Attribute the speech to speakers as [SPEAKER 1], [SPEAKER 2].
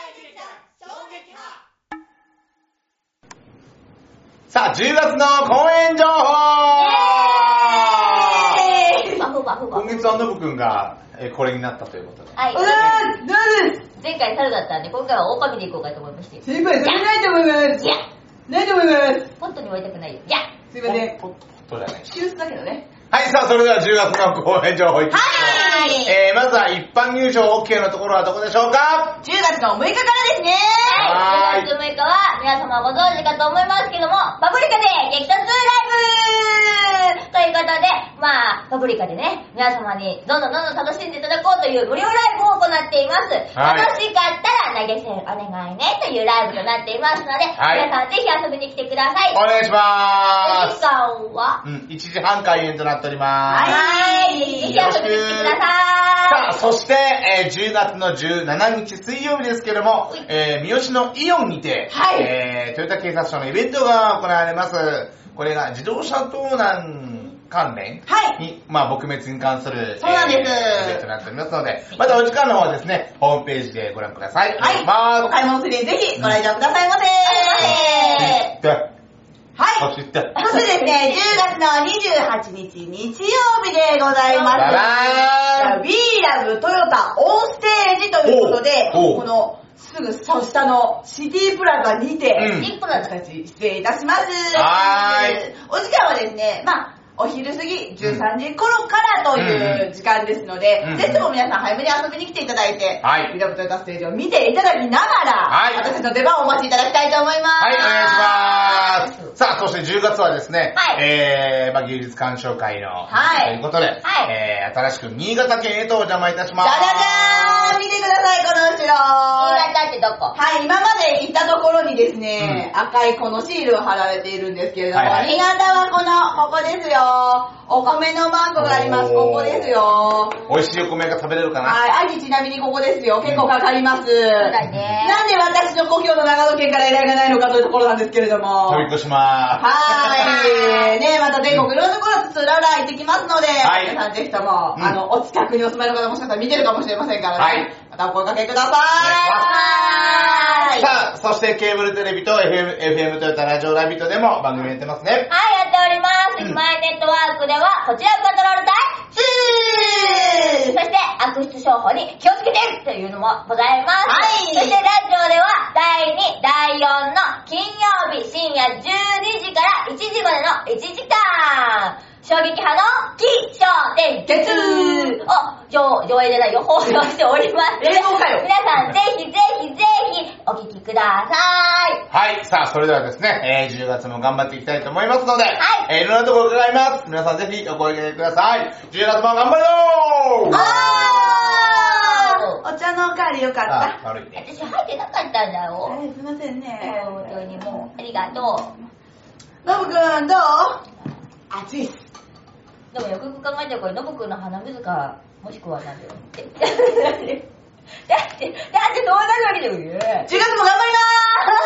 [SPEAKER 1] た衝撃波
[SPEAKER 2] さあ、10月の公演情報
[SPEAKER 3] バフバフバ
[SPEAKER 2] 今
[SPEAKER 3] フ。
[SPEAKER 2] 月はノブくんが、えーこれになったということで。
[SPEAKER 3] は
[SPEAKER 4] うわ
[SPEAKER 3] い。
[SPEAKER 4] ー、どうです
[SPEAKER 3] 前回猿だったんで、今回は狼でいこうかと思いまして。
[SPEAKER 4] すいません、それないと思います
[SPEAKER 3] じゃ
[SPEAKER 4] ないと思います
[SPEAKER 3] ポットに置いたくないよ。じゃ
[SPEAKER 4] すいません。
[SPEAKER 2] ポットじゃないし。
[SPEAKER 4] 急須だけどね。
[SPEAKER 2] はい、さあ、それでは10月の公演情報いきましょ
[SPEAKER 3] は
[SPEAKER 2] う。えー、まずは一般入賞 OK のところはどこでしょうか
[SPEAKER 4] 10月の6日からですね
[SPEAKER 2] は
[SPEAKER 3] はいい。10月6日は皆様ご存知かと思いますけども、パブリカで激突ライブということで、まあ、パブリカでね、皆様にどんどんどんどん楽しんでいただこうという無料ライブを行っています。
[SPEAKER 2] はい
[SPEAKER 3] 楽しかったら投げ銭お願いねというライブとなっていますので、
[SPEAKER 2] はい
[SPEAKER 3] 皆さんぜひ遊びに来てください。
[SPEAKER 2] お願いしまー
[SPEAKER 3] お時
[SPEAKER 2] す。
[SPEAKER 3] 間は
[SPEAKER 2] うん、1時半開演となっておりまーす。
[SPEAKER 3] はい。ぜひ遊びに来てくだ
[SPEAKER 2] さあ、
[SPEAKER 3] さい。
[SPEAKER 2] そして、えー10月の17日水曜日ですけれども
[SPEAKER 3] はい、
[SPEAKER 2] えー三好のイオンにて、
[SPEAKER 4] はい
[SPEAKER 2] えートヨタ警察署のイベントが行われます。これが自動車盗難関連
[SPEAKER 4] はい
[SPEAKER 2] に、まあ、撲滅に関する、
[SPEAKER 4] そうなんです
[SPEAKER 2] えーイベントになっておりますので、またお時間の方はですね、ホームページでご覧ください。
[SPEAKER 4] はい
[SPEAKER 2] ま
[SPEAKER 4] お買い物ついでにぜひご来場くださいませ
[SPEAKER 3] はい
[SPEAKER 2] す。で、
[SPEAKER 4] はい。
[SPEAKER 2] 走って。
[SPEAKER 4] そしてですね、10月の28日日曜日でございます。
[SPEAKER 2] ババーン
[SPEAKER 4] We Love Toyota On Stage ということで、
[SPEAKER 2] おうおう
[SPEAKER 4] このすぐ下のシティプラザにて、
[SPEAKER 2] うん
[SPEAKER 3] リップだ
[SPEAKER 4] 私たち出演いたします。
[SPEAKER 2] はーい
[SPEAKER 4] お時間はですね、まあ、お昼過ぎ13時頃からという時間ですので、
[SPEAKER 2] うん
[SPEAKER 4] ぜひとも皆さん早めに遊びに来ていただいて、
[SPEAKER 2] はい
[SPEAKER 4] ミラブトヨタステージを見ていただきながら、
[SPEAKER 2] はい
[SPEAKER 4] 私たちの出番をお待ちいただきたいと思います。
[SPEAKER 2] はい、お願いします。さあ、そして10月はですね、
[SPEAKER 3] はい
[SPEAKER 2] えー、まあ、芸術鑑賞会の、
[SPEAKER 4] はい
[SPEAKER 2] ということで、
[SPEAKER 3] い
[SPEAKER 2] えー、新しく新潟県へとお邪魔いたし
[SPEAKER 4] じ
[SPEAKER 2] ま
[SPEAKER 4] ゃ
[SPEAKER 2] す。
[SPEAKER 4] じゃじゃーん見てください、この後ろ
[SPEAKER 3] 新潟ってどこ
[SPEAKER 4] はい、今まで行ったところにですね、赤いこのシールを貼られているんですけれども、
[SPEAKER 2] はいはい
[SPEAKER 4] 新潟はこの、ここですよ。お米のマークがあります。
[SPEAKER 2] おー
[SPEAKER 4] ここですよ。
[SPEAKER 2] 美味しいお米が食べれるかな、
[SPEAKER 4] はい、秋ちなみにここですよ。結構かかります。
[SPEAKER 3] そうだね。
[SPEAKER 4] なんで私の故郷の長野県から依頼がないのかというところなんですけれども。
[SPEAKER 2] 飛び越しまーす。
[SPEAKER 4] はい。ねまた全国いろんなところつらら行ってきますので、
[SPEAKER 2] はい
[SPEAKER 4] 皆さんぜひとも、
[SPEAKER 2] うん
[SPEAKER 4] あの、お近くにお住まいの方もしかしたら見てるかもしれませんからね。
[SPEAKER 2] はい
[SPEAKER 4] またお声掛けください。
[SPEAKER 3] はーい。
[SPEAKER 2] さあ、そしてケーブルテレビと FM、FM トヨタラジオラビットでも番組やってますね。
[SPEAKER 3] はい、やっております。
[SPEAKER 2] うん
[SPEAKER 3] ヒマイネットワークでは、こちらをパトロール隊、そして、悪質商法に気をつけてというのもございます。
[SPEAKER 4] はい
[SPEAKER 3] そして、ラジオでは、第2、第4の金曜日深夜12時から1時までの1時間、衝撃波の気象点
[SPEAKER 4] 月
[SPEAKER 3] を上上映でない予報としております。
[SPEAKER 4] 英語かよ
[SPEAKER 3] 皆さん、ぜひぜひぜひお聞きください。
[SPEAKER 2] はい、さあ、それではですね、えー、10月も頑張っていきたいと思いますので、
[SPEAKER 3] は
[SPEAKER 2] えー、いろんなところ伺います。皆さんぜひお声掛けください。10月も頑張ろう
[SPEAKER 3] あ
[SPEAKER 4] お茶のおかわりよか
[SPEAKER 2] あ
[SPEAKER 4] っ、
[SPEAKER 2] 悪いね。
[SPEAKER 3] 私入ってなかったんだ
[SPEAKER 4] た。
[SPEAKER 3] よ。
[SPEAKER 4] はいすいませんね。
[SPEAKER 3] 本当にもう、ありがと
[SPEAKER 4] ノブくんどう暑いっす。
[SPEAKER 3] う。でもよくよく考えたらこれ、ノブくんの鼻水か、もしくはなんだよ。 だって、だって、だってそうなるわけだよ。
[SPEAKER 4] 10月も頑張りまーす